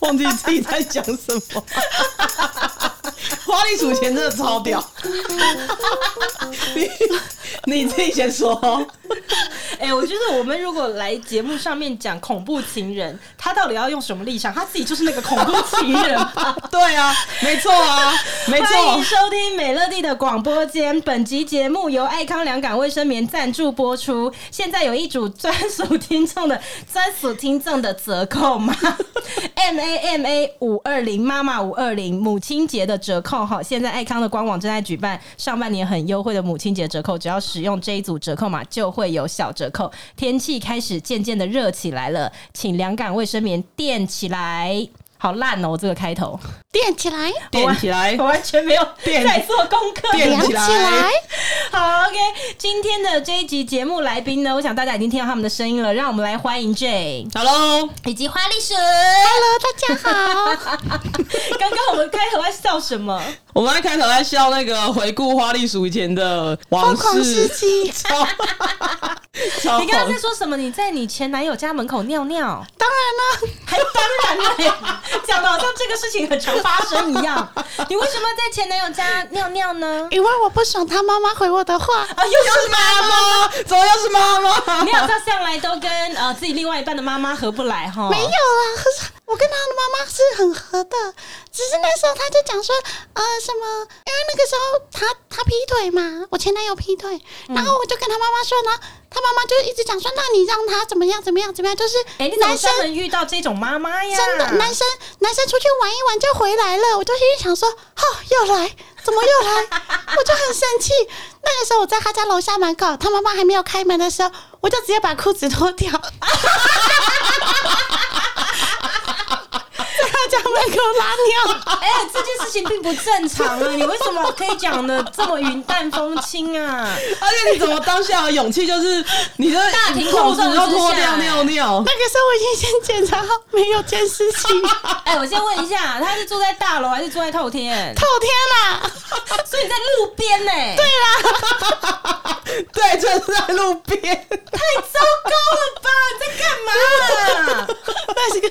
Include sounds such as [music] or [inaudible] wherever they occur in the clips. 忘记自己在讲什么。花栗鼠钱真的超屌， [laughs] 你你自己先说哦。哎、我觉得我们如果来节目上面讲恐怖情人，他到底要用什么立场？他自己就是那个恐怖情人吧？对啊， [laughs] 没错啊，没欢迎错。收听美乐蒂的广播间。本集节目由爱康良感卫生棉赞助播出。现在有一组专属听众的专属听众的折扣 [laughs] 码，M A M A 五二零妈妈五二零母亲节的折扣哈。现在爱康的官网正在举办上半年很优惠的母亲节折扣，只要使用这一组折扣码就会有小折扣。天气开始渐渐的热起来了，请凉感卫生棉垫起来。好烂哦，这个开头。垫起来，垫起来我，完全没有电在做功课。电量起起来来，好，OK，今天的这一集节目来宾呢，我想大家已经听到他们的声音了，让我们来欢迎 J Hello，以及花栗鼠。 Hello，大家好，刚刚我们开头在笑什么？我们在开头在笑那个回顾花栗鼠以前的往疯狂事事，迹。超超哦你刚刚在说什么？你在你前男友家门口尿尿？当然了，还当然了，讲的好像这个事情很常发生一样。你为什么在前男友家尿尿 [laughs] 呢？因为我不爽他妈妈回我的话，啊，又又是妈妈，怎么又是妈妈？没有，他向来都跟呃自己另外一半的妈妈合不来哈。没有啊，可是我跟他的妈妈是很合的，只是那时候他就讲说，呃，什么，因为那个时候他他劈腿嘛，我前男友劈腿，然后我就跟他妈妈说，然后他妈妈就一直讲说，那你让他怎么样怎么样怎么样，就是哎、你怎么男生专门遇到这种妈妈呀？真的，男生男生出去玩一玩就回来了，我就心里想说，哦，又来，怎么又来？ [laughs] 我就很生气。那个时候我在他家楼下门口，他妈妈还没有开门的时候，我就直接把裤子脱掉， [laughs] 在他家门口拉尿。哎、这件事情并不正常啊！你为什么可以讲的这么云淡风轻啊？而且你怎么当下有勇气？就是你的大庭裤广子众之下都脱掉尿 [laughs] 尿，那个时候我已经先检查好没有监视器，哎、我先问一下，他是住在大楼还是住在透天？透天啦、所以你在路边呢、对啊，对，就是在路边。太糟糕了吧？你在干嘛、 [laughs] 啊那是个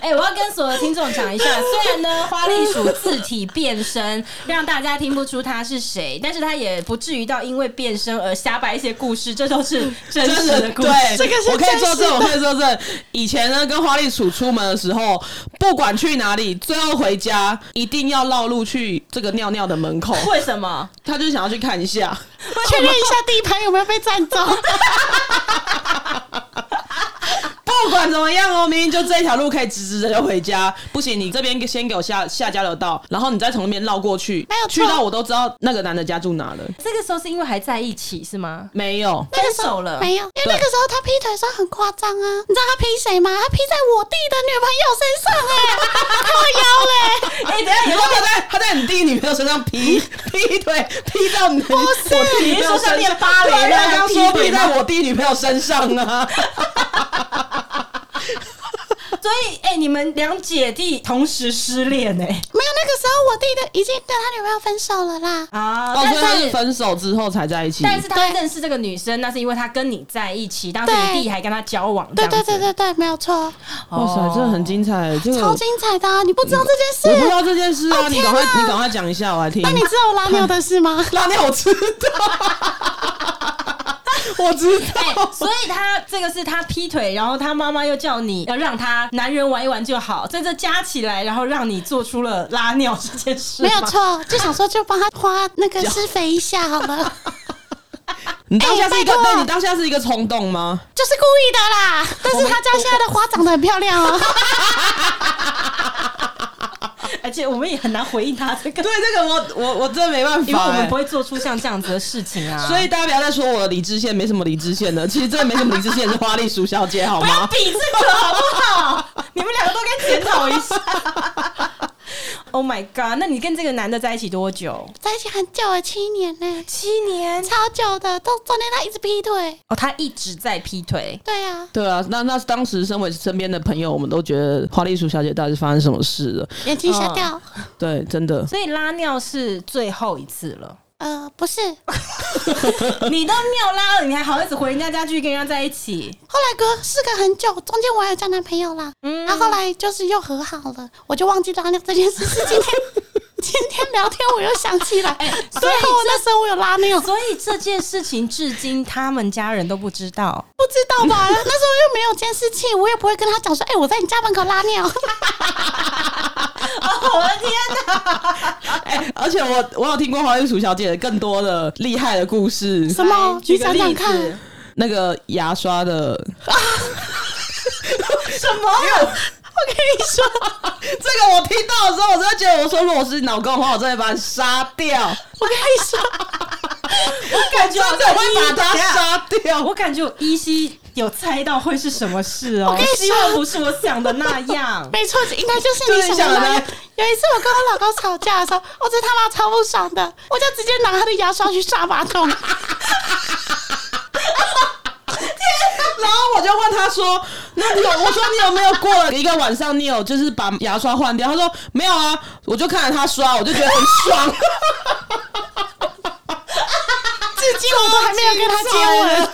哎、我要跟所有的听众讲一下，虽然呢花栗鼠字体变身，让大家听不出它是谁，但是它也不至于到因为变身而瞎掰一些故事，这都是真实的故事。对，这个是我可以作真实证，的我可以作证。以前呢，跟花栗鼠出门的时候，不管去哪里，最后回家一定要绕路去这个尿尿的门口，为什么？他就想要去看一下。 [laughs] 确认一下地盘有没有被占走。不管怎么样哦，明明就这条路可以直直的就回家，不行，你这边先给我下下交流道，然后你再从那边绕过去，没有错去到我都知道那个男的家住哪了。这个时候是因为还在一起是吗？没有，分手了，没有，因为那个时候他劈腿的时候很夸张啊！你知道他劈谁吗？他劈在我弟 [laughs] 的女朋友身上哎、靠腰哎、欸嘞、等一下你你说他在他在你弟女朋友身上劈劈腿，劈到你不是我弟女朋友你是说身上练芭蕾对啊让他他刚劈说腿劈吗在我弟女朋友身上啊，所以，哎、你们两姐弟同时失恋哎、没有，那个时候我弟的已经跟他女朋友分手了啦。啊哦，所以他但是是。分手之后才在一起。但是他对认识这个女生，那是因为他跟你在一起，当时你对弟还跟他交往，对对这对样子，对对，没有错，哇塞，这很精彩，这个超精彩的、啊！你不知道这件嗯我不知道事，这件事啊，你赶快你赶快讲一下，我来听那。你知道我拉尿的事吗？拉尿我知 [laughs] 道，我知哎、道。所以他这个是他劈腿，然后他妈妈又叫你要让他男人玩一玩就好，在这加起来，然后让你做出了拉尿这件事，没有。错，就想说就帮他花那个施肥一下好 [laughs] 了，你当下是一个，哎拜托对你当下是一个冲动吗？就是故意的啦。但是他家现在的花长得很漂 [laughs] 亮哦，而且我们也很难回应他这个对，，这个我我我真的没办因为法我们欸不。会做出像这样子的事情啊。所以大家不要再说我的理智线没什么理智线的，其实真的没什么理智线，是花栗鼠小姐好不要吗？比这个好不好？你们两个都该检讨一下。Oh [laughs] my god！那你跟这个男的在一起多久？在一起很久了，七年呢、七年超久的。都中间他一直劈腿，哦，他一直在劈腿。对啊，对啊，那那当时身为身边的朋友，我们都觉得花栗鼠小姐到底是发生什么事了？哦眼睛瞎掉。对，真的所以拉尿是最后一次了， [laughs] 呃，不是。你都尿拉了，你还好意思回人家家去跟人家在一 [laughs] 起？后来隔事隔很久，中间我还有交男朋友啦，嗯然后后来就是又和好了，我就忘记拉尿这件事。是 [laughs] 今天今天聊天我又想起来，哎所以最后我那时候我有拉尿，所以这件事情至今他们家人都不知道。不知道吧？ [laughs] 那时候又没有监视器，我也不会跟他讲说，哎、我在你家门口拉 [laughs] 尿。 [laughs] 哦，我的天哪！哎、而且我我有听过花栗鼠小姐更多的厉害的故事，什么来？举你个想想例子看，那个牙刷 [laughs] 的，什么？我跟你说， [laughs] 这个我听到的时候，我真的觉得，我说如果我是脑公的话，我真的把你杀掉，我跟你说， [laughs] 我感觉真的会把它杀掉 [laughs] 我。感觉我依稀有猜到会是什么事哦我跟你，说。希望不是我想的那样没错，应该就是你想的那就样是你想的。有一次我跟我老公吵架的时候，我真他妈超不爽的，我就直接拿他的牙刷去刷马桶。然后我就问他说：“那你有？”我说：“你有没有过了一个晚上，你有就是把牙刷换掉？”他说：“没有啊。”我就看着他刷，我就觉得很爽。至今我都还没有跟他接吻，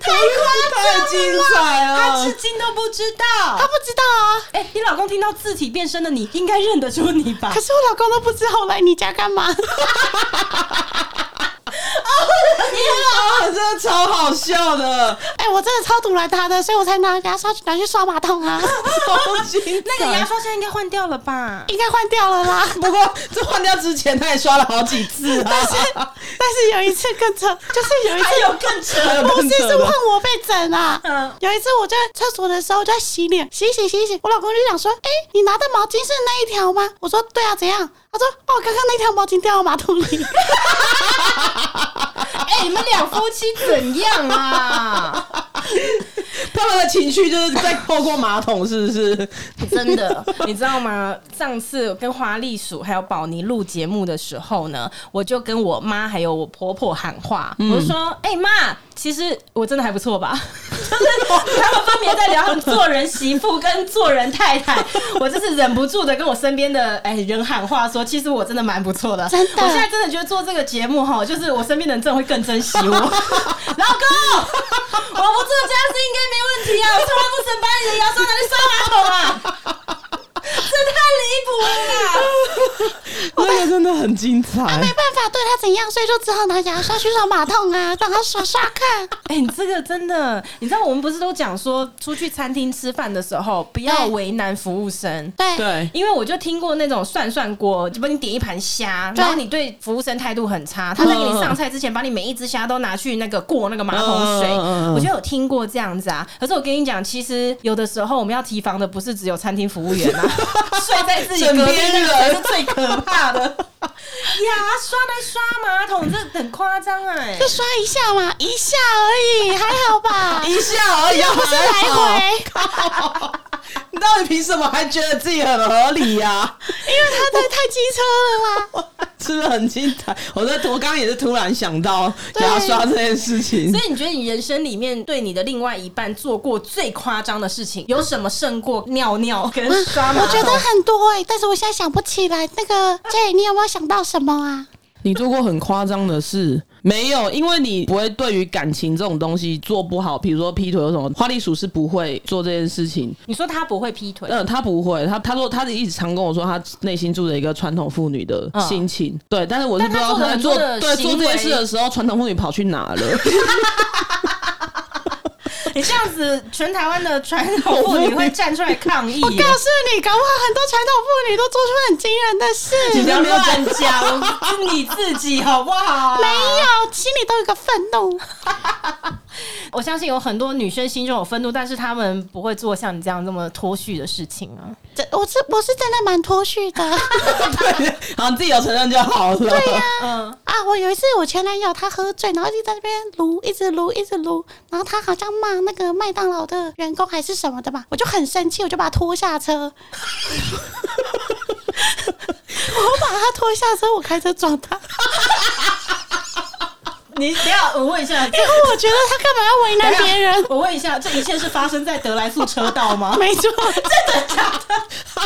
太夸张，太精彩他了至！今都不知道他。不知道啊。哎、你老公听到字体变身的你，应该认得出你吧可？是我老公都不知道我来你家干 [laughs] 嘛，啊，真的超好笑的，哎、我真的超堵来他的，所以我才拿牙刷去拿去刷马桶啊，超精彩。那个牙刷现在应该换掉了吧？应该换掉了啦。不过这换掉之前，他也刷了好几次啊。但是有一次更扯，就是有一次还有更扯还有不更是扯是换的，我被整啊嗯！有一次我在厕所的时候我就在洗脸，洗一洗洗一洗，我老公就想说：“哎、你拿的毛巾是那一条吗？”我说：“对啊，怎样？”他说：“哦，刚刚那条毛巾掉到马桶里。哎、你们两夫妻怎样啊？他们的情绪就是在透过马桶，是不是？ [laughs] 真的，你知道吗？上次跟花栗鼠还有宝妮录节目的时候呢，我就跟我妈还有我婆婆喊话，嗯我就说：“哎、妈，其实我真的还不错吧？” [laughs] 就是他们分别在聊他们做人媳妇跟做人太太， [laughs] 我就是忍不住的跟我身边的哎、人喊话说：“其实我真的蛮不错的，真的我现在真的觉得做这个节目哈，就是我身边的人真的会更珍 [laughs] 惜我。 [laughs] 老公，我不做家事应该没问题啊，我从来不曾把你的牙刷拿去刷马桶啊。”这太离谱了吧！ [laughs] 那个真的很精”彩 [laughs] 没。办法对他怎样，所以就只好拿牙刷去刷马桶啊，让他刷刷看。哎、你这个真的，你知道我们不是都讲说，出去餐厅吃饭的时候不要对为难服务生。对，对，因为我就听过那种涮涮锅，就帮你点一盘虾，对然后你对服务生态度很差，他在给你上菜之前，把你每一只虾都拿去那个过那个马桶水嗯嗯嗯嗯嗯，？我就有听过这样子啊。可是我跟你讲，其实有的时候我们要提防的不是只有餐厅服务员啊， [laughs] 睡在自己隔壁那个才是最可怕的。牙刷来刷马桶，这很夸张哎就。刷一下嘛，一下而已，还好吧 [laughs] 一下而已，又不是来回，你到底凭什么还觉得自己很合理呀、 [laughs] 因为他太太机车了啦。是不是很精彩？我在我刚刚也是突然想到牙刷这件事情所，以你觉得你人生里面对你的另外一半做过最夸张的事情，有什么胜过尿尿跟刷马桶？我觉得很多哎、但是我现在想不起来。那 [laughs] 个 J，你有没有想到什么啊？你做过很夸张的事没有？因为你不会对于感情这种东西做不好，比如说劈腿或什么，花栗鼠是不会做这件事情。你说他不会劈腿，嗯、他不会，他他说他一直常跟我说，他内心住着一个传统妇女的心情。对，但是我是不知道啊但他在做做了很多对的做这件事的时候，传统妇女跑去哪了？ [laughs] [laughs] 你这样子，全台湾的传统妇女会站出来抗 [laughs] 议。告诉你，搞不好很多传统妇女都做出很惊人的事。你不这要样没有乱 [laughs] 讲，是你自己好不好？[laughs] [laughs] 没有，心里都有个愤怒。我相信有很多女生心中有愤怒，但是她们不会做像你这样这么脱序的事情啊。这我是我是真的蛮脱序的对，好，你自己有承认就好了。对 [laughs] 呀、嗯，啊！我有一次我前男友他喝醉，然后一直在那边撸，一直撸，一直撸，然后他好像骂那个麦当劳的员工还是什么的吧，我就很生气，我就把他拖下 [laughs] 车。我把他拖下车，我开车撞他。你等一下我问一 [laughs] 下，这因为我觉得他干嘛要为难别人？我 [laughs] 问一下，这一切是发生在德莱素车道吗？没错，真的假的？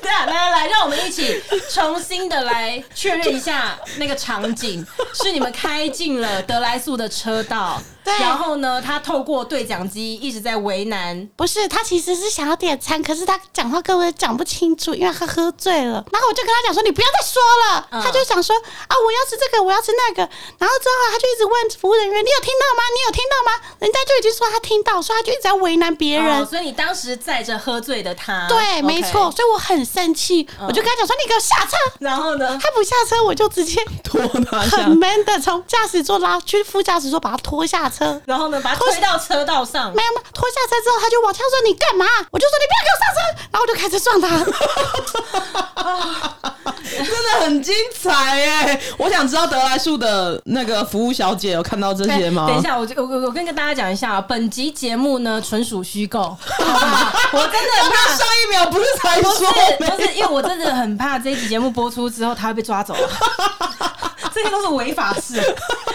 对啊，来来来，让我们一起重新的来确认一下那个场景，是你们开进了德莱素的车道，对然后呢，他透过对讲机一直在为难，不是，他其实是想要点餐，可是他讲话根本讲不清楚，因为他喝醉了。然后我就跟他讲说：“你不要再说了。嗯他就想说：“啊，我要吃这个，我要吃那个。”然后之后他就一直问服务人员：“你有听到吗？你有听到吗？”人家就已经说他听到，所以他就一直在为难别人。哦所以你当时载着喝醉的他，对，没 OK 错，所以我很生气，我就跟他讲说：“你给我下车！”然后呢，他不下车，我就直接拖他一下很 man 的从驾驶座拉去副驾驶座，把他拖下车。然后呢，把他推到车道上，没有没有，拖下车之后，他就往前说：“你干嘛？”我就说：“你不要给我上车！”然后我就开始撞他。真的很精彩耶！我想知道德莱树的那个服务小姐有看到这些吗？等一，下，我就我我我跟跟大家讲一下啊，本集节目呢纯属虚构，好吧？ [laughs] 我真的很他怕。上一秒不是才不说是没不是，因为我真的很怕这一期节目播出之后他会被抓走啊，这些都是违法事，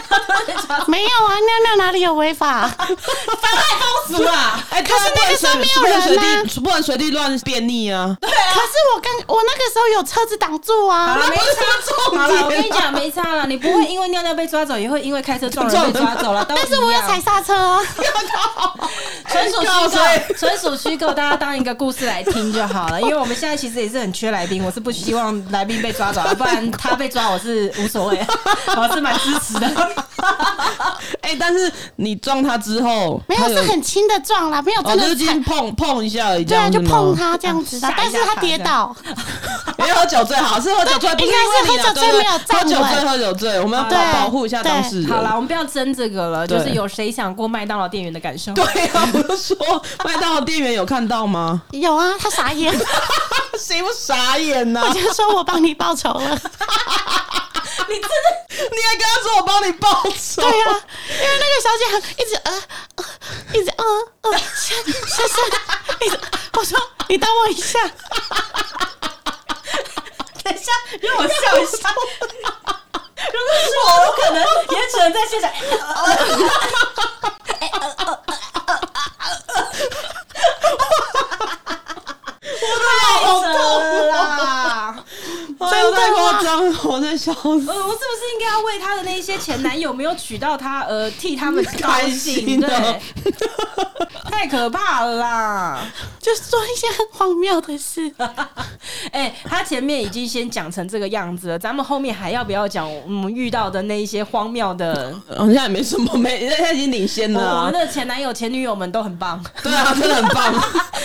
他会被抓走，没有啊，尿尿哪里有违法？妨碍风俗啊！哎，可是那个时候不没有能随人啊地，不能随地乱便溺啊！可是我刚我那个时候有车子挡住好啊，了，没重差。点好了，我跟你讲，没差了，你不会因为尿尿被抓走，也会因为开车撞人被抓走了。都但是一我有样踩刹车啊。纯属虚告诉构，你纯属虚构，大家当一个故事来听就好了。因为我们现在其实也是很缺来宾，我是不希望来宾被抓走，啊不然他被抓我是无所谓，我是蛮支持的。哎，但是你撞他之后，没有他是很轻的撞啦，没有哦，真就是的今踩天。碰碰一下而已，对啊，就碰他，他这样子的吓，但一下是他跌倒，因为喝酒醉好，是喝酒醉，不对因为你应该是啦喝酒醉对没有喝酒站醉，稳喝酒醉，我们要对保保护一下当事人。好啦，我们不要争这个了。对就是有谁想过麦当劳店员的感受？ [laughs] 对啊，我就说麦当劳店员有看到吗？有啊，他傻眼，谁不傻眼呐、我就说我帮你报仇了。你真的你还跟他说我帮你报仇？对呀、啊，因为那个小姐很一直呃呃，一直呃呃，先先生，一直我说你等我一下，等一下，让我笑一下。如果是我，我可能也只能在现场。我的太脑扯啦！痛，真的哎太夸张了，我在笑死。啊呃，我是不是应该要为她的那一些前男友没有娶到她而替他们 [laughs] 高开兴？心对的，太可怕了啦！就是做一些很荒谬的事。 [laughs] 哎、他前面已经先讲成这个样子了，咱们后面还要不要讲我们遇到的那一些荒谬 [laughs] 的？好像也没什么，没现在已经领先我了、我啊们。的前男友、前女友们都很棒， [laughs] 对啊，真的很棒。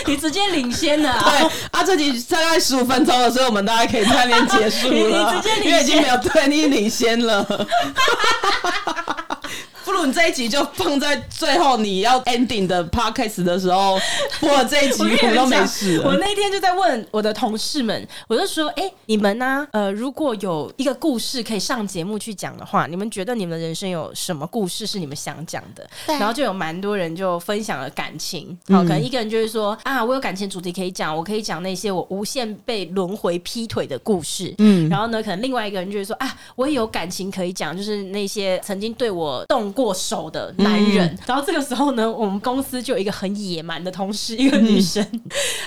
你直接领先了、啊。对啊，这集大概十五分钟了，所以我们大概可以在那边结束 [laughs] 你了，你直接领先因为已经没有对你已经领先 [laughs] 了。不如你这一集就放在最后你要 ending 的 podcast 的时候播了这一集，我我跟你们都们没讲事，我了。那天就在问我的同事们，我就说：“哎、你们呢、呃，如果有一个故事可以上节目去讲的话，你们觉得你们的人生有什么故事是你们想讲的？”对然后就有蛮多人就分享了感情，好，可能一个人就是说：“啊，我有感情主题可以讲，我可以讲那些我无限被轮回劈腿的故事。”嗯，然后呢，可能另外一个人就是说：“啊，我也有感情可以讲，就是那些曾经对我动过手的男人。然后这个时候呢，我们公司就有一个很野蛮的同事，一个女生，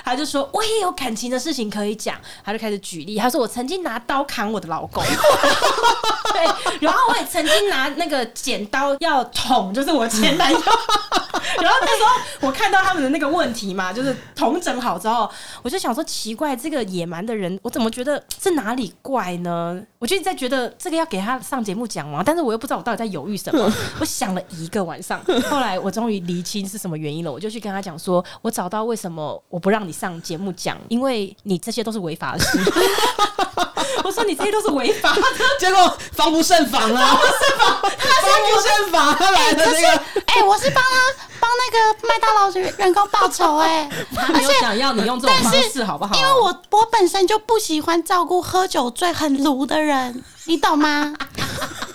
她就说我也有感情的事情可以讲，她就开始举例，她说我曾经拿刀砍我的老公， [laughs] 对，然后我也曾经拿那个剪刀要捅，就是我前男友。然后那时候我看到他们的那个问题嘛，就是统整好之后，我就想说奇怪，这个野蛮的人，我怎么觉得这哪里怪呢？我就一直在觉得这个要给他上节目讲嘛，但是我又不知道我到底在犹豫什么。我想了一个晚上，后来我终于厘清是什么原因了，我就去跟他讲说，我找到为什么我不让你上节目讲，因为你这些都是违法的事。我说你这些都是违法的。 [laughs] 结果防不胜防啊！防不胜防，他来哎，的可那是个。哎、我是帮他帮那个麦当劳的员工报仇哎、他没有想要你用这种方但式，好不好？因为我我本身就不喜欢照顾喝酒醉很鲁的人，你懂 [laughs] 吗？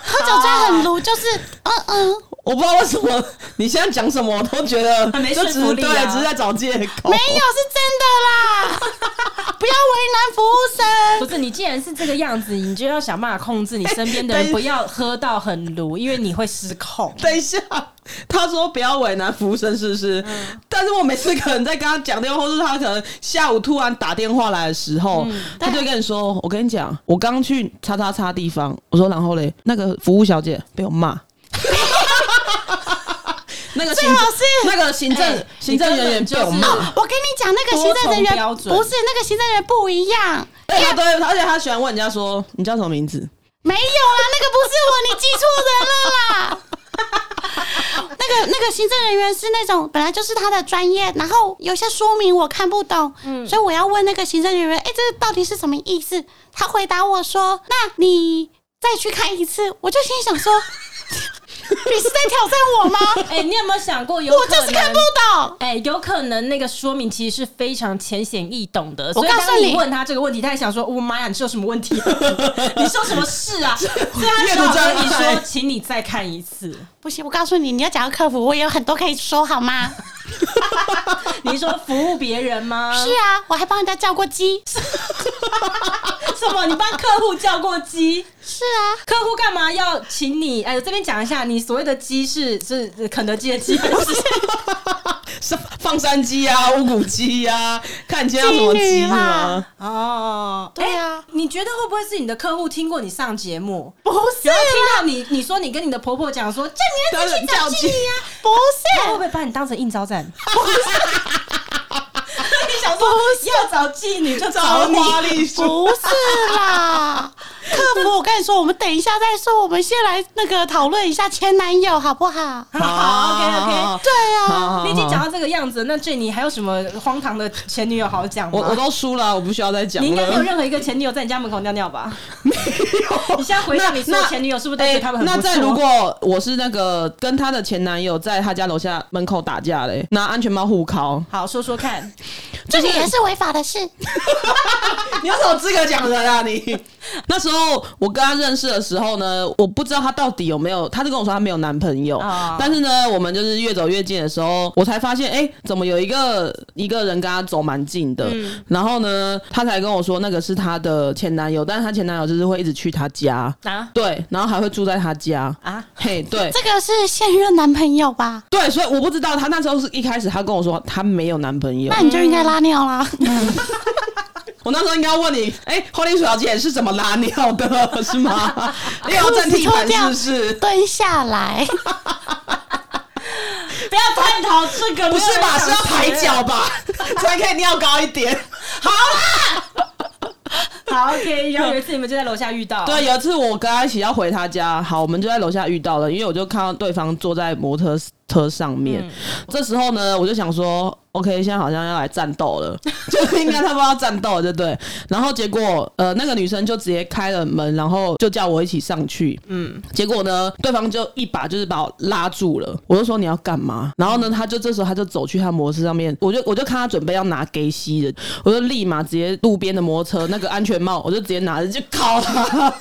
喝酒醉很鲁就是嗯嗯，我不知道为什么你现在讲什么，我都觉得很没就说只服是力对啊，只是在找借口 [laughs] 没。有是真的啦。不要为难服务生。不是你既然是这个样子，你就要想办法控制你身边 [laughs] 的人，对不要喝到很鲁，因为你会失控。等一下，他说不要为难服务生，是不是？但是我每次可能在跟他讲电话，或是他可能下午突然打电话来的时候，他就会跟你说：“我跟你讲，我刚去叉叉叉地方。”我说：“然后嘞，那个服务小姐被我骂。” [laughs] 那个行最好是那个行政、哎行政人员被我你根骂本，哦我跟你讲，那个行多重政人标员准啊不是那个行政人员不一样，而且他都会，而且他喜欢问人家说：“你叫什么名字没有啦，那个不是我，你记错人了啦。那个那个行政人员是那种本来就是他的专业，然后有些说明我看不懂，所以我要问那个行政人员，哎、这个到底是什么意思？他回答我说：“那你再去看一次。”我就心里想说：“ [laughs] 你是在挑战我吗？哎、你有没有想过，有我可能就是看不懂。”哎、有可能那个说明其实是非常浅显易懂的，我所以告诉当你你问他这个问题，他也想说：“我、妈呀，你是有什么问题？ [laughs] 你是有什么事 [laughs] 啊？”所以他阅只读好障跟你碍说：“请你再看一次。不行，我告诉你，你要讲到客服，我也有很多可以说，好吗？”你是说服务别人吗？ [laughs] [laughs] 是啊，我还帮人家叫过鸡。什么？你帮客户叫过鸡？是啊，客户干嘛要请你？哎、这边讲一下，你所谓的鸡是是肯德基的鸡，还是？”是放山鸡啊，乌骨鸡呀、啊，看你今天要什么鸡鸡女啦吗？哦，对啊哎你觉得会不会是你的客户听过你上节目，不是然后听到你你说你跟你的婆婆讲说，叫你儿子去找经理呀、啊，不她会不是，会把你当成应招站？不是，你想说要找妓女就找找你。花栗鼠。不是 [laughs] 啦。客服，我跟你说，我们等一下再说，我们先来那个讨论一下前男友好不好？ [laughs] 好好，OK 好 OK。对啊，好你已经讲到这个样子，那 J 你还有什么荒唐的前女友好讲我我吗？都输了，我不需要再讲你应该没有了。任何一个前女友在你家门口尿尿吧？你现在回想你所有前女友，是不是都觉哎得他们很那不错在如果我是那个跟她的前男友在她家楼下门口打架嘞，拿安全帽互敲，好说说看，这个也是违法的事。你有什么资格讲人啊你？ [laughs] 那时候我跟她认识的时候呢，我不知道她到底有没有，她就跟我说她没有男朋友，哦但是呢，我们就是越走越近的时候，我才发现，哎、怎么有一个一个人跟她走蛮近的，然后呢，她才跟我说那个是她的前男友，但是她前男友就是会一直去她家，啊对，然后还会住在她家，啊，嘿，对。这个是现任男朋友吧？对，所以我不知道她那时候是一开始她跟我说她没有男朋友那，你就应该拉尿啦。我那时候应该要问你，哎、花栗鼠小姐是怎么拉尿的，是 [laughs] 吗？你有站地板是不是？蹲下来，不要探讨这个，不是吧？是要抬抬脚 [laughs] 吧，才可以尿高一点。 [laughs] 好，OK。然后有一次你们就在楼下遇到，对，有一次我跟她一起要回她家，好，我们就在楼下遇到了，因为我就看到对方坐在摩托车上面。这时候呢，我就想说，OK，现在好像要来战斗了， [laughs] 就是应该他们要战斗了，对不对？然后结果，呃，那个女生就直接开了门，然后就叫我一起上去。嗯，结果呢，对方就一把就是把我拉住了，我就说你要干嘛？然后呢，他就这时候他就走去他摩托车上面，我就我就看他准备要拿给吸的，我就立马直接路边的摩托车那个安全帽，我就直接拿着就敲他。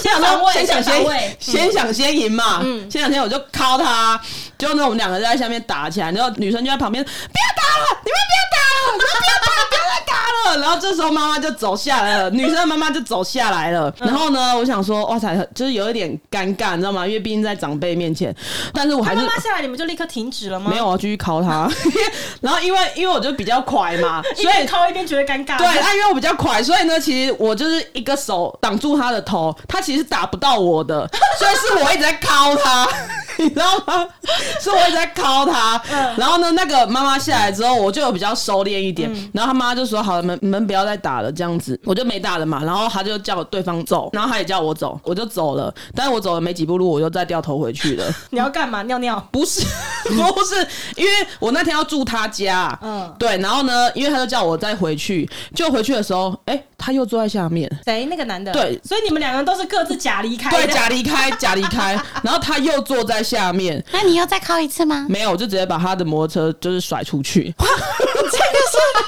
先想防说卫 [laughs] 先 [laughs] 想先防卫先先想先赢嘛，嗯先想先我就敲他，结果呢我们两个在下面打起来，然后女生就在旁边不要打了，你们不要打了，你们不要打了，不要再打了。然后这时候妈妈就走下来嗯了，女生的妈妈就走下来了。然后呢，我想说哇塞，就是有一点尴尬，你知道吗？因为毕竟在长辈面前，但是我他还是妈妈下来，你们就立刻停止了吗？没有，我要继续敲他。 [laughs] 然后因为因为我就比较快 [laughs] 嘛，一所以边抠一边觉得尴尬。对，啊，因为我比较快，所以呢，其实我就是一个手挡住他的头，他其实打不到我的，所以是我一直在敲他， [laughs] 你知道吗？是我一直在敲他。然后呢，那个妈妈下来之后，我就有比较收敛一点，然后他妈就说：“好了，你们你们不要再打了，这样子。”我就没打了嘛。然后他就叫对方走，然后他也叫我走，我就走了。但是我走了没几步路，我又再掉头回去了。你要干嘛？尿尿。不是， [laughs] 不是，因为我那天要住他家，嗯嗯，对，然后呢，因为他就叫我再回去，就回去的时候，哎、他又坐在下面，谁？那个男的。对所以你们两个人都是各自假离开的。 [laughs] 对，假离开，假离开， [laughs] 然后他又坐在下面，那你又再敲一次吗？没有，我就直接把他的摩托车就是甩出去，这个是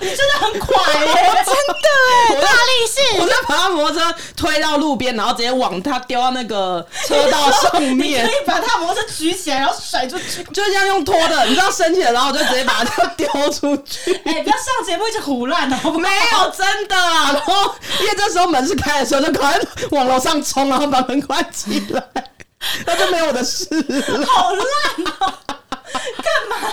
你真的很 [laughs] 垮耶！真的哎，大力士，我就把他摩托车推到路边，然后直接往他丢到那个车道上你 [laughs] 可面，以把他摩托车举起来，然后甩出去。就是这样用拖的，你知道生气了，然后我就直接把他丢出去。哎、不要上节目一直胡乱好不好？没有真的啊，然后因为这时候门是开的时候，就赶快往楼上冲，然后把门关起来，那就没有我的事了。好烂哦、干嘛？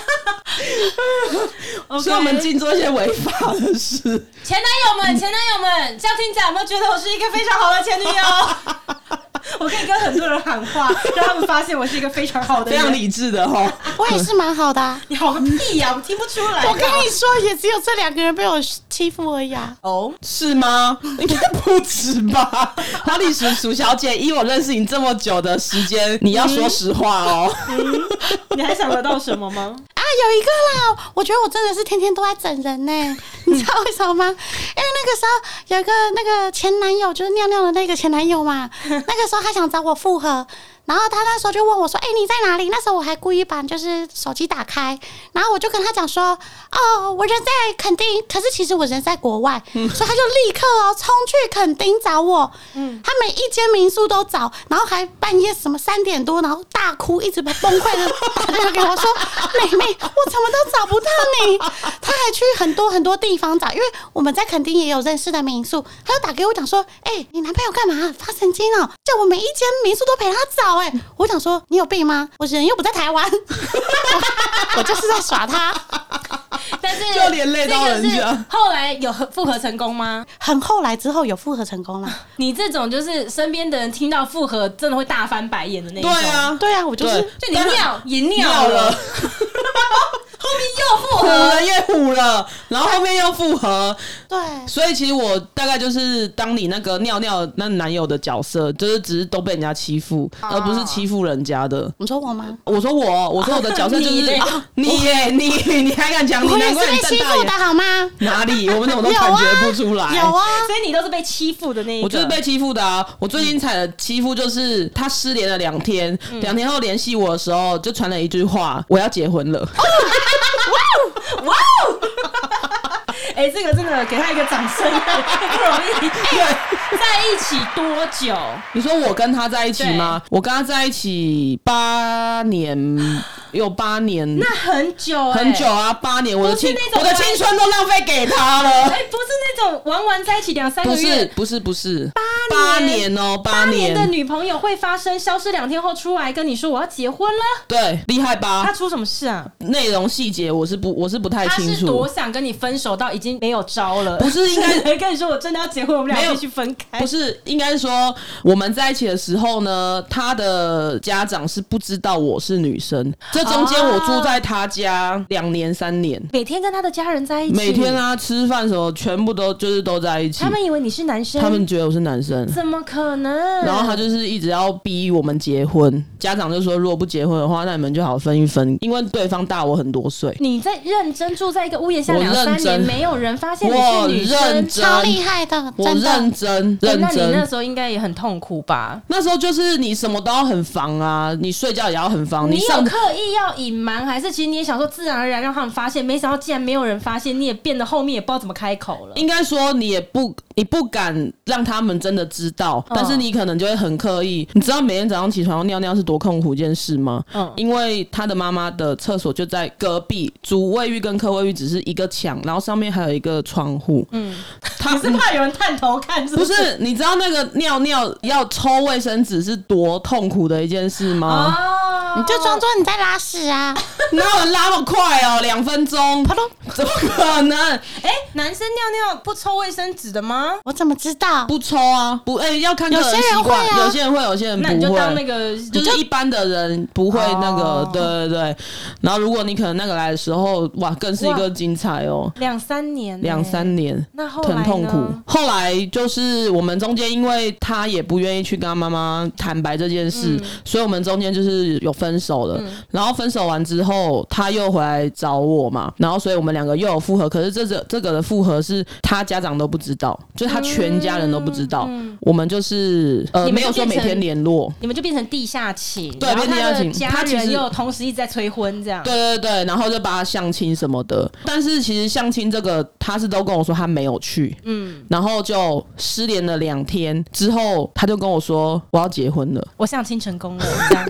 所以我们尽做一些违法的事。前男友们，前男友们，这样听起来有没有觉得我是一个非常好的前女友？ [laughs] 我可以跟很多人喊话，让他们发现我是一个非常好的非人。常理智的哈。我也是蛮好的啊、 [laughs] 你好个屁呀、我听不出来。我跟你说，也只有这两个人被我欺负而已啊。哦，是吗？应该不止吧。花栗鼠鼠小姐，依我认识你这么久的时间，你要说实话哦。你还想得到什么吗？啊，有一个啦，我觉得我真的是天天都在整人呢、你知道为什么吗？因为那个时候有一个那个前男友，就是尿尿的那个前男友嘛，那个时候他想找我复合。然后他那时候就问我说：“哎、你在哪里？”那时候我还故意把就是手机打开，然后我就跟他讲说：“哦，我人在垦丁，可是其实我人在国外。所以他就立刻哦冲去垦丁找我。他每一间民宿都找，然后还半夜什么三点多，然后大哭，一直崩溃的 [laughs] 打电话给我说：“妹妹，我怎么都找不到你。”他还去很多很多地方找，因为我们在垦丁也有认识的民宿，他就打给我讲说：“哎、你男朋友干嘛？发神经哦！叫我每一间民宿都陪他找、哎，我想说你有病吗？我人又不在台湾，我我就是在耍他。 [laughs] 但是就连累到人家这个是后来有和复合成功吗？很后来之后有复合成功了。你这种就是身边的人听到复合，真的会大翻白眼的那一对种。，啊，对啊，我就是对就你尿也尿尿 [laughs] 了，了，哦后面又虎复合，了又虎了，然后后面又复合，对。所以其实我大概就是当你那个尿尿那男友的角色，就是只是都被人家欺负，啊而不是欺负人家的。你说我吗？我说我，我说我的角色就你是嘞啊你耶，你你还敢讲？你我也难是怪你被瞪欺大负的眼。好吗？哪里？我们怎么都 [laughs] 有感啊觉不出来？有啊，所以你都是被欺负的那一个。我就是被欺负的啊！我最精彩的欺负就是他失联了两天，嗯两、天后联系我的时候就传了一句话：“我要结婚 [laughs] 了。哦 [laughs] 哇哦！ [laughs] 哎、这个真的给他一个掌声， [laughs] 不哎容易。哎对，在一起多久？ [laughs] 你说我跟他在一起吗？我跟他在一起八年，有八年，那很久、欸，很久。啊，八年，我的青不是那种我的玩青春都浪费给他了哎、。不是那种玩玩在一起两 [laughs] 三不个是月，不是不是，八八年年哦，八八年的年，女朋友会发生消失两天后出来跟你说我要结婚了，对，厉害她吧？出什么事啊？内容细节我是不我是不太她清是多楚，想跟你分手到已经没有招了，不是应该来 [laughs] 跟你说我真的要结婚，我们没俩有必须分开不。是，应该说我们在一起的时候呢，他的家长是不知道我是女生。这中间我住在他家两年三年，每天跟她的家人啊在一起，每天，啊吃饭什么全部都就是都在一起他。们以为你是男生，他们觉得我是男生，怎么可能？然后他就是一直要逼我们结婚。家长就说，如果不结婚的话，那你们就好分一分，因为对方大我很多岁。你在认真住在一个屋檐下我两三认年，真没有人发现你我是女生认。超厉真，害的，我真认的。真对哎那认你那真。时候应该也很痛苦吧？那时候就是你什么都要很防啊，你睡觉也要很防，你有上刻意要隐瞒，还是其实你也想说自然而然让他们发现？没想到竟然没有人发现，你也变得后面也不知道怎么开口了。应该说你也不你不敢让他们真的知道，嗯但是你可能就会很刻意。你知道每天早上起床要尿尿是多痛苦一件事吗？嗯因为他的妈妈的厕所就在隔壁，主卫浴跟客卫浴只是一个墙，然后上面还有一个窗户。嗯，他你是怕有人探头看 [laughs] 是不不是？是你知道那个尿尿要抽卫生纸是多痛苦的一件事吗？哦，你就装作你在拉屎啊，哪有人拉那么快哦？两分钟，啪咚！怎么可能？哎、男生尿尿不抽卫生纸的吗？我怎么知道？不抽啊，不，哎、要看个有些人习惯，会啊有些人会，有些人嗯不那会。你就当那个就你是一般的人不会那个，哦对对对。然后如果你可能那个来的时候，哇，更是一哇个精彩哦，两三年、两三。年。那后来很呢痛苦。后来就是我们中间，因为他也不愿意去跟嗯他妈妈坦白这件事，所以我们中间就是有分手了。然后分手完之后，后他又回来找我嘛，然后所以我们两个又有复合，可是这这这个的复合是他家长都不知道，就是他全家人都不知道，嗯我们就是呃你们没就有说每变成天联络，你们就变成地下情，对然后变地下他的情家他其人实又同时一直在催婚这样，对对对，然后就把他相亲什么的。但是其实相亲这个，他是都跟我说他没有去，嗯，然后就失联了两天之后，他就跟我说我要结婚了。我相亲成功了，这样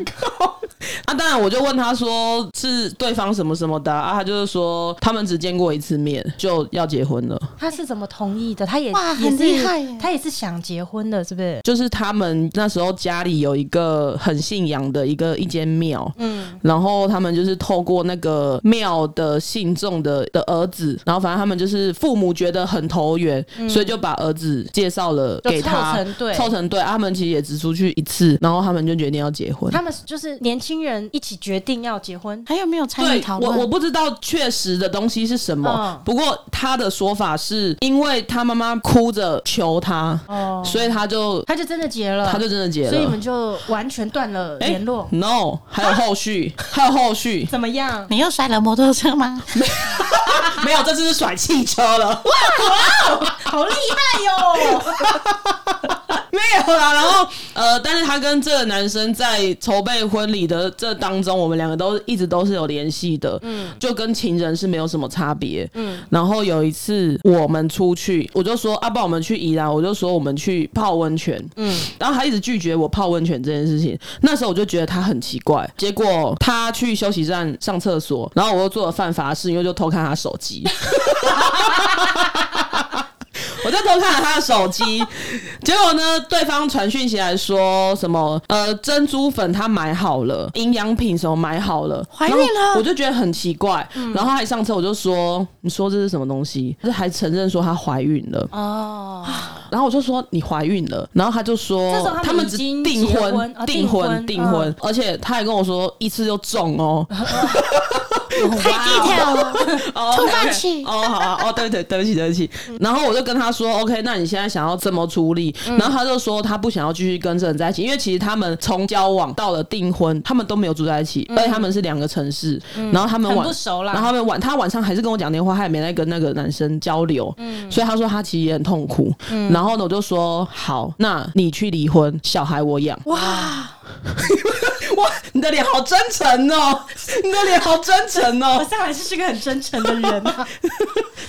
啊，当然我就问他说是对方什么什么的啊，啊他就是说他们只见过一次面就要结婚了，他是怎么同意的？他也哇也是很厉害耶他也是想结婚的，是不是？就是他们那时候家里有一个很信仰的一个一间庙，嗯，然后他们就是透过那个庙的信众的的儿子，然后反正他们就是父母觉得很投缘，所以就把儿子介绍了嗯就给他，凑成对凑成对。啊他们其实也只出去一次，然后他们就决定要结婚。他们就是年轻人一起决定要结婚，还有没有参与对讨，我论？我不知道确实的东西是什么，嗯不过他的说法是因为他妈妈哭着求他，哦所以他就他就真的结了，他就真的结了。所以你们就完全断了哎联络， ？No，还有后续，还有后 [laughs] 续，怎么 [laughs] 样？你又摔了摩托车吗？没有，这次是甩汽车了。好厉害哟、没有啦，然后呃，但是他跟这个男生在筹备婚礼的这当中，我们两个都一直都是有联系的，嗯，就跟情人是没有什么差别，嗯。然后有一次我们出去，我就说啊，不然我们去宜兰，我就说我们去泡温泉，嗯。然后他一直拒绝我泡温泉这件事情，那时候我就觉得他很奇怪。结果他去休息站上厕所，然后我又做了犯法的事，因为就偷看他手机。我就偷看了他的手机，结果呢，对方传讯息来说什么呃珍珠粉他买好了，营养品什么买好了，怀孕然后了我就觉得很奇怪。嗯然后他一上车我就说：“你说这是什么东西？”他还承认说她怀孕了。哦，然后我就说你怀孕了，然后他就说这时候他们已只经订结婚婚哦订订婚婚、订婚嗯，而且他还跟我说一次就中 [laughs] 哦，太低调了，哦突对发奇。哦，好啊，哦，对对，对不起，对不起。嗯然后我就跟他说，OK，那你现在想要怎么处理？然后他就说他不想要继续跟这个人在一起，因为其实他们从交往到了订婚，他们都没有住在一起，而且他们是两个城市，然后他们嗯很晚不。熟啦。然后他们晚，他晚上还是跟我讲电话，他也没在跟那个男生交流，嗯所以他说他其实也很痛苦。然后呢，我就说好，那你去离婚，小孩我养。哇， [laughs] 哇，你的脸好真诚哦，你的脸好真诚 [laughs] 我哦。向来是个很真诚的 [laughs] 人啊。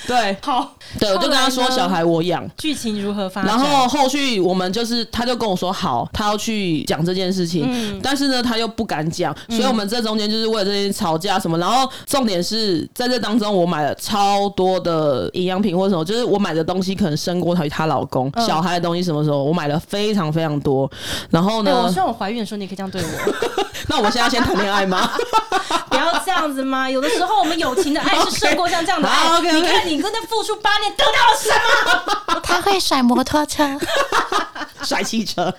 对好，对，我就跟他说后来呢小孩我养，剧情如何发展？然后后续我们就是，他就跟我说好，他要去讲这件事情，嗯但是呢，他又不敢讲，所以我们这中间就是为了这件事吵架什么。然后重点是在这当中，我买了超多的营养品或什么，就是我买的东西可能胜过她她老公、嗯小孩的东西，什么时候我买了非常非常多。然后对哎我呢希，望我怀孕的时候，你可以这样 [laughs] 对我，那我们现在先谈恋爱 [laughs] 吗？不要这样子嘛。有的时候我们友情的爱是胜过像这样的好爱。 ，OK，OK 你看你跟他付出八年，得到了什么？他会甩摩托 [laughs] 车， [laughs] 甩汽车，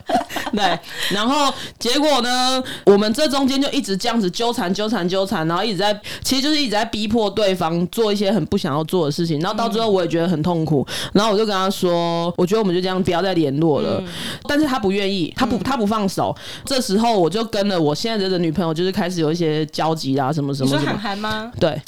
对，然后结果呢，我们这中间就一直这样子纠缠、纠缠、纠缠，然后一直在，其实就是一直在逼迫对方做一些很不想要做的事情，然后到最后我也觉得很痛苦，然后我就跟他说，我觉得我们就这样不要再联络了，但是他不愿意，他不他不放手，这时候我就跟了我现在这个女朋友，就是开始有一些交集啊，什么什你么说什韩么，寒吗？对，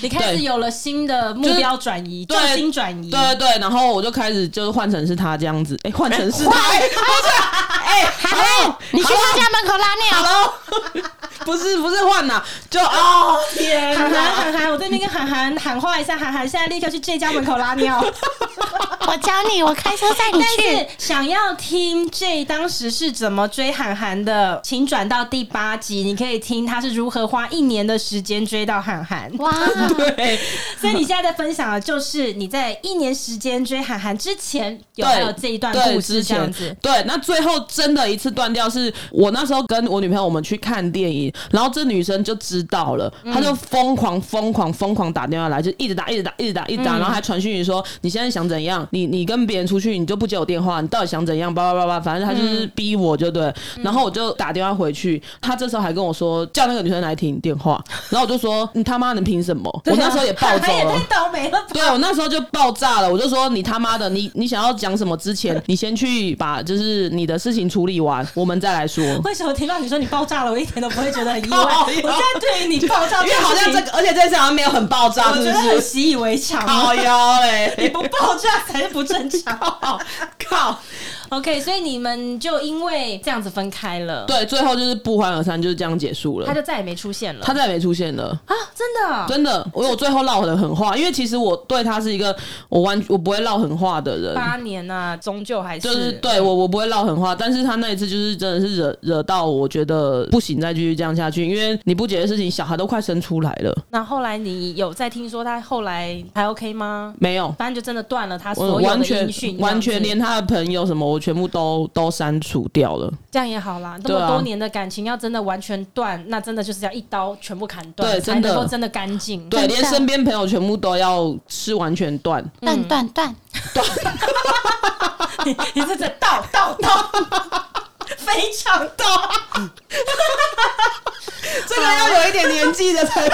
你开始对有了新的目标转移，重对心转移。对对对，然后我就开始就是换成是他这样子，哎、换成是他，哎不是，哎、好。你去他家门口拉尿。 Hello，不是不是换呐，就哦天韩寒，呐，韩寒，我在那边跟韩寒喊话一下，韩寒现在立刻去 J 家门口拉 [laughs] 尿。我教你，我开车带你但去是。想要听 J 当时是怎么追韩寒的，请转到第八集，你可以听他是如何花一年的时间追到韩 [laughs] 寒。哇， [laughs] 对所以你现在在分享的就是你在一年时间追韩寒之前有对还有这一段对故之事这样前子。对，那最后真的一次断掉是我那时候跟我女朋友我们去看电影，然后这女生就知道了，嗯嗯她就疯狂疯狂疯狂打电话来，就一直打一直打一直打一直打，然后还传讯息说你现在想想怎样？你你跟别人出去，你就不接我电话，你到底想怎样？叭叭叭叭，反正他就是嗯逼我就对。然后我就打电话回去，他这时候还跟我说叫那个女生来听电话，然后我就说你他妈能凭什么？我那时候也 [laughs] 暴走他也了太。倒霉了吧？ [laughs] 对，啊我那时候就爆炸了，我就说你他妈的，你你想要讲什么之前，你先去把就是你的事情处理完，我们再来说。为什么听到你说你爆炸了，我一点都不会觉得 [laughs] 很意外？靠我呀现在对于你爆炸哦因这为好像件事情，这个，而且这次好像没有很爆炸，我是觉不得很是？欸习以为常 [laughs] 啊。靠 [laughs] 腰你嘞，不爆炸才是不正 [laughs] 常。靠！ OK，所以你们就因为这样子分开了，对，最后就是不欢而散，就是这样结束了。他就再也没出现了。他再也没出现了，啊，真的哦，真的，我有最后唠的狠话，因为其实我对他是一个我完我不会唠狠话的人，八年呐、终究还是就是对我，我不会唠狠话，但是他那一次就是真的是惹惹到我觉得不行，再继续这样下去，因为你不解决事情，小孩都快生出来了，那后来你有再听说他后来还 OK 吗？没有，反正就真的断了他我所有完的全音讯，完全这样连子他的朋友什么，我全部都都删除掉了。这样也好啦。这对么啊多年的感情要真的完全断，那真的就是要一刀全部砍断，对才真的能够真的干净。对，真连的身边朋友全部都要吃完全断。断断断，你 [laughs] 你是在倒倒倒， [laughs] 非常倒。这个要有一点年纪的才会，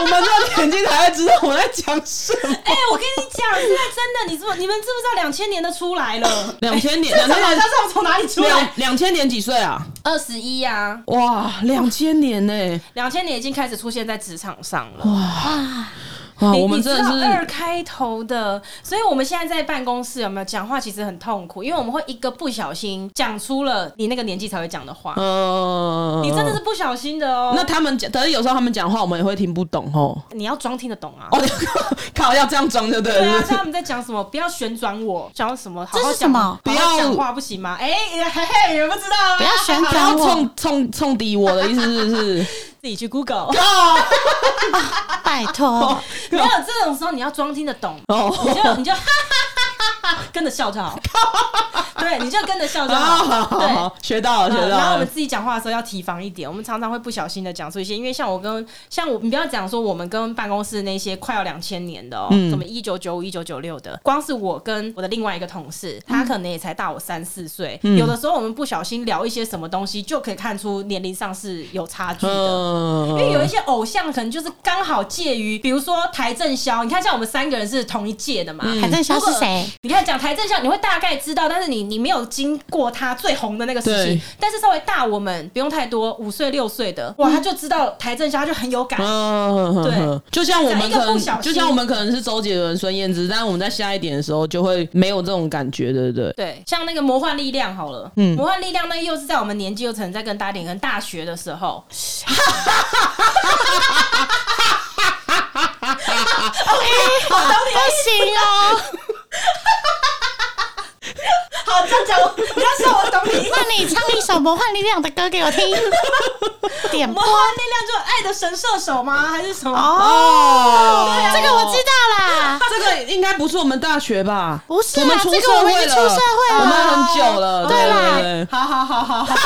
我们这个年纪才会知道我在讲什么。哎、我跟你讲，现在真的，你知不？你们知不知道两千年的出来 [laughs] 了？两千年，这两千种老年家，是从哪里出两来？两千年几岁啊？二十一呀，哇，两千年呢、两千年已经开始出现在职场上了。哇，你我们真的你知道二是开头的，所以我们现在在办公室有没有讲话，其实很痛苦，因为我们会一个不小心讲出了你那个年纪才会讲的话，呃，你真的是不小心的哦。那他们讲，可是有时候他们讲话我们也会听不懂哦。你要装听得懂啊。哦， [laughs] 靠，要这样装就对对啊，了。像他们在讲什么，不要旋转我，讲什么，好这好是什讲，么好不好要讲话不行吗？哎、嘿嘿，你们不知道吗？啊不要旋不转要我，冲冲冲敌我的意思是不是？自己 [laughs] 去哦 Google，哦拜托， [laughs] 没有这种时候你要装听得懂，你就哦，你就哈哈哈哈跟着笑就好，对，你就跟着笑 [laughs] 就好好好，对。哦好，学到了，学嗯然后到我们了。自己讲话的时候要提防一点，我们常常会不小心的讲出一些，因为像我跟像我，你不要讲说我们跟办公室那些快要两千年的哦，什么一九九五、一九九六的，光是我跟我的另外一个同事，他可能也才大我三四岁，有的时候我们不小心聊一些什么东西，就可以看出年龄上是有差距的。因为有一嗯，些偶像可能就是刚好介于，比如说台正宵，你看像我们三个人是同一届的嘛，反正肖是谁？你看讲台正校，你会大概知道，但是你你没有经过他最红的那个时期对，但是稍微大我们不用太多，五岁六岁的，哇，他就知道台正校，他就很有感。嗯，对，就像我们可讲一个不能，小就心像我们可能是周杰伦、孙燕姿，但是我们在下一点的时候就会没有这种感觉，对不对？对，像那个魔幻力量好了，魔幻力量那个又是在我们年纪，又曾在跟大家点跟大学的时候。OK，好，不行哦，好，这样讲，我你要说我懂你。那你唱一首《魔幻力量》的歌给我听，[laughs] 点 [laughs] 魔播幻力量就爱的神射手吗？还是什么？哦，啊这个我知道啦，这个应该不是我们大学吧？不是我们啊，出这社个我们已会经了，出社会我们了，很久了，对啦对哦好好好好好。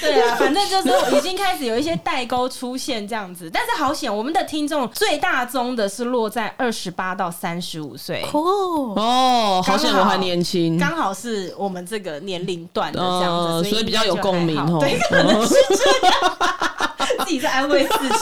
对啊，反正就是已经开始有一些代沟出现这样子，但是好险，我们的听众最大宗的是落在二十八到三十五岁，酷，哦，好险我还年轻，刚好是我们这个年龄段的这样呃子，所以比较有应该就还共鸣哦好对， [laughs] 可能是这样， [laughs] 自己在安慰自己。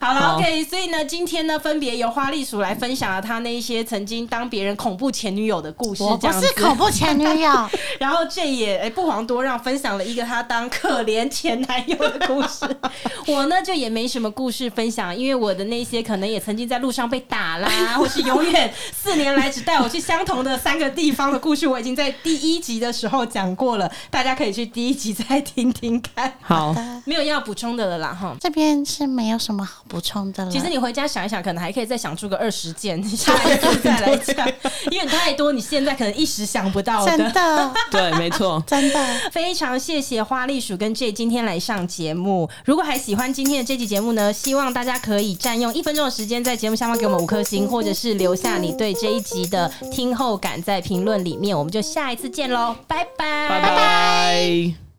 好了好，OK，所以呢，今天呢，分别由花栗鼠来分享了她那一些曾经当别人恐怖前女友的故事，我这不样子是。恐怖前女友，然后这也哎、不遑多让，分享了一个她当可怜前男友的故事。 [laughs] 我呢就也没什么故事分享，因为我的那些可能也曾经在路上被打啦，或是永远四年来只带我去相同的三个地方的故事，我已经在第一集的时候讲过了，大家可以去第一集再听听看。 [laughs] 好，没有要补充的了啦哈。呃这边是没有什么好补充的了。其实你回家想一想，可能还可以再想出个二十件， [laughs] 你下一次再来讲， [laughs] 因为太多，你现在可能一时想不到 [laughs] 真的，。对，没错真的，非常谢谢花栗鼠跟 J 今天来上节目。如果还喜欢今天的这期节目呢，希望大家可以占用一分钟的时间，在节目下方给我们五颗星，或者是留下你对这一集的 [laughs] 听后感在评论里面。我们就下一次见喽，拜拜，拜拜。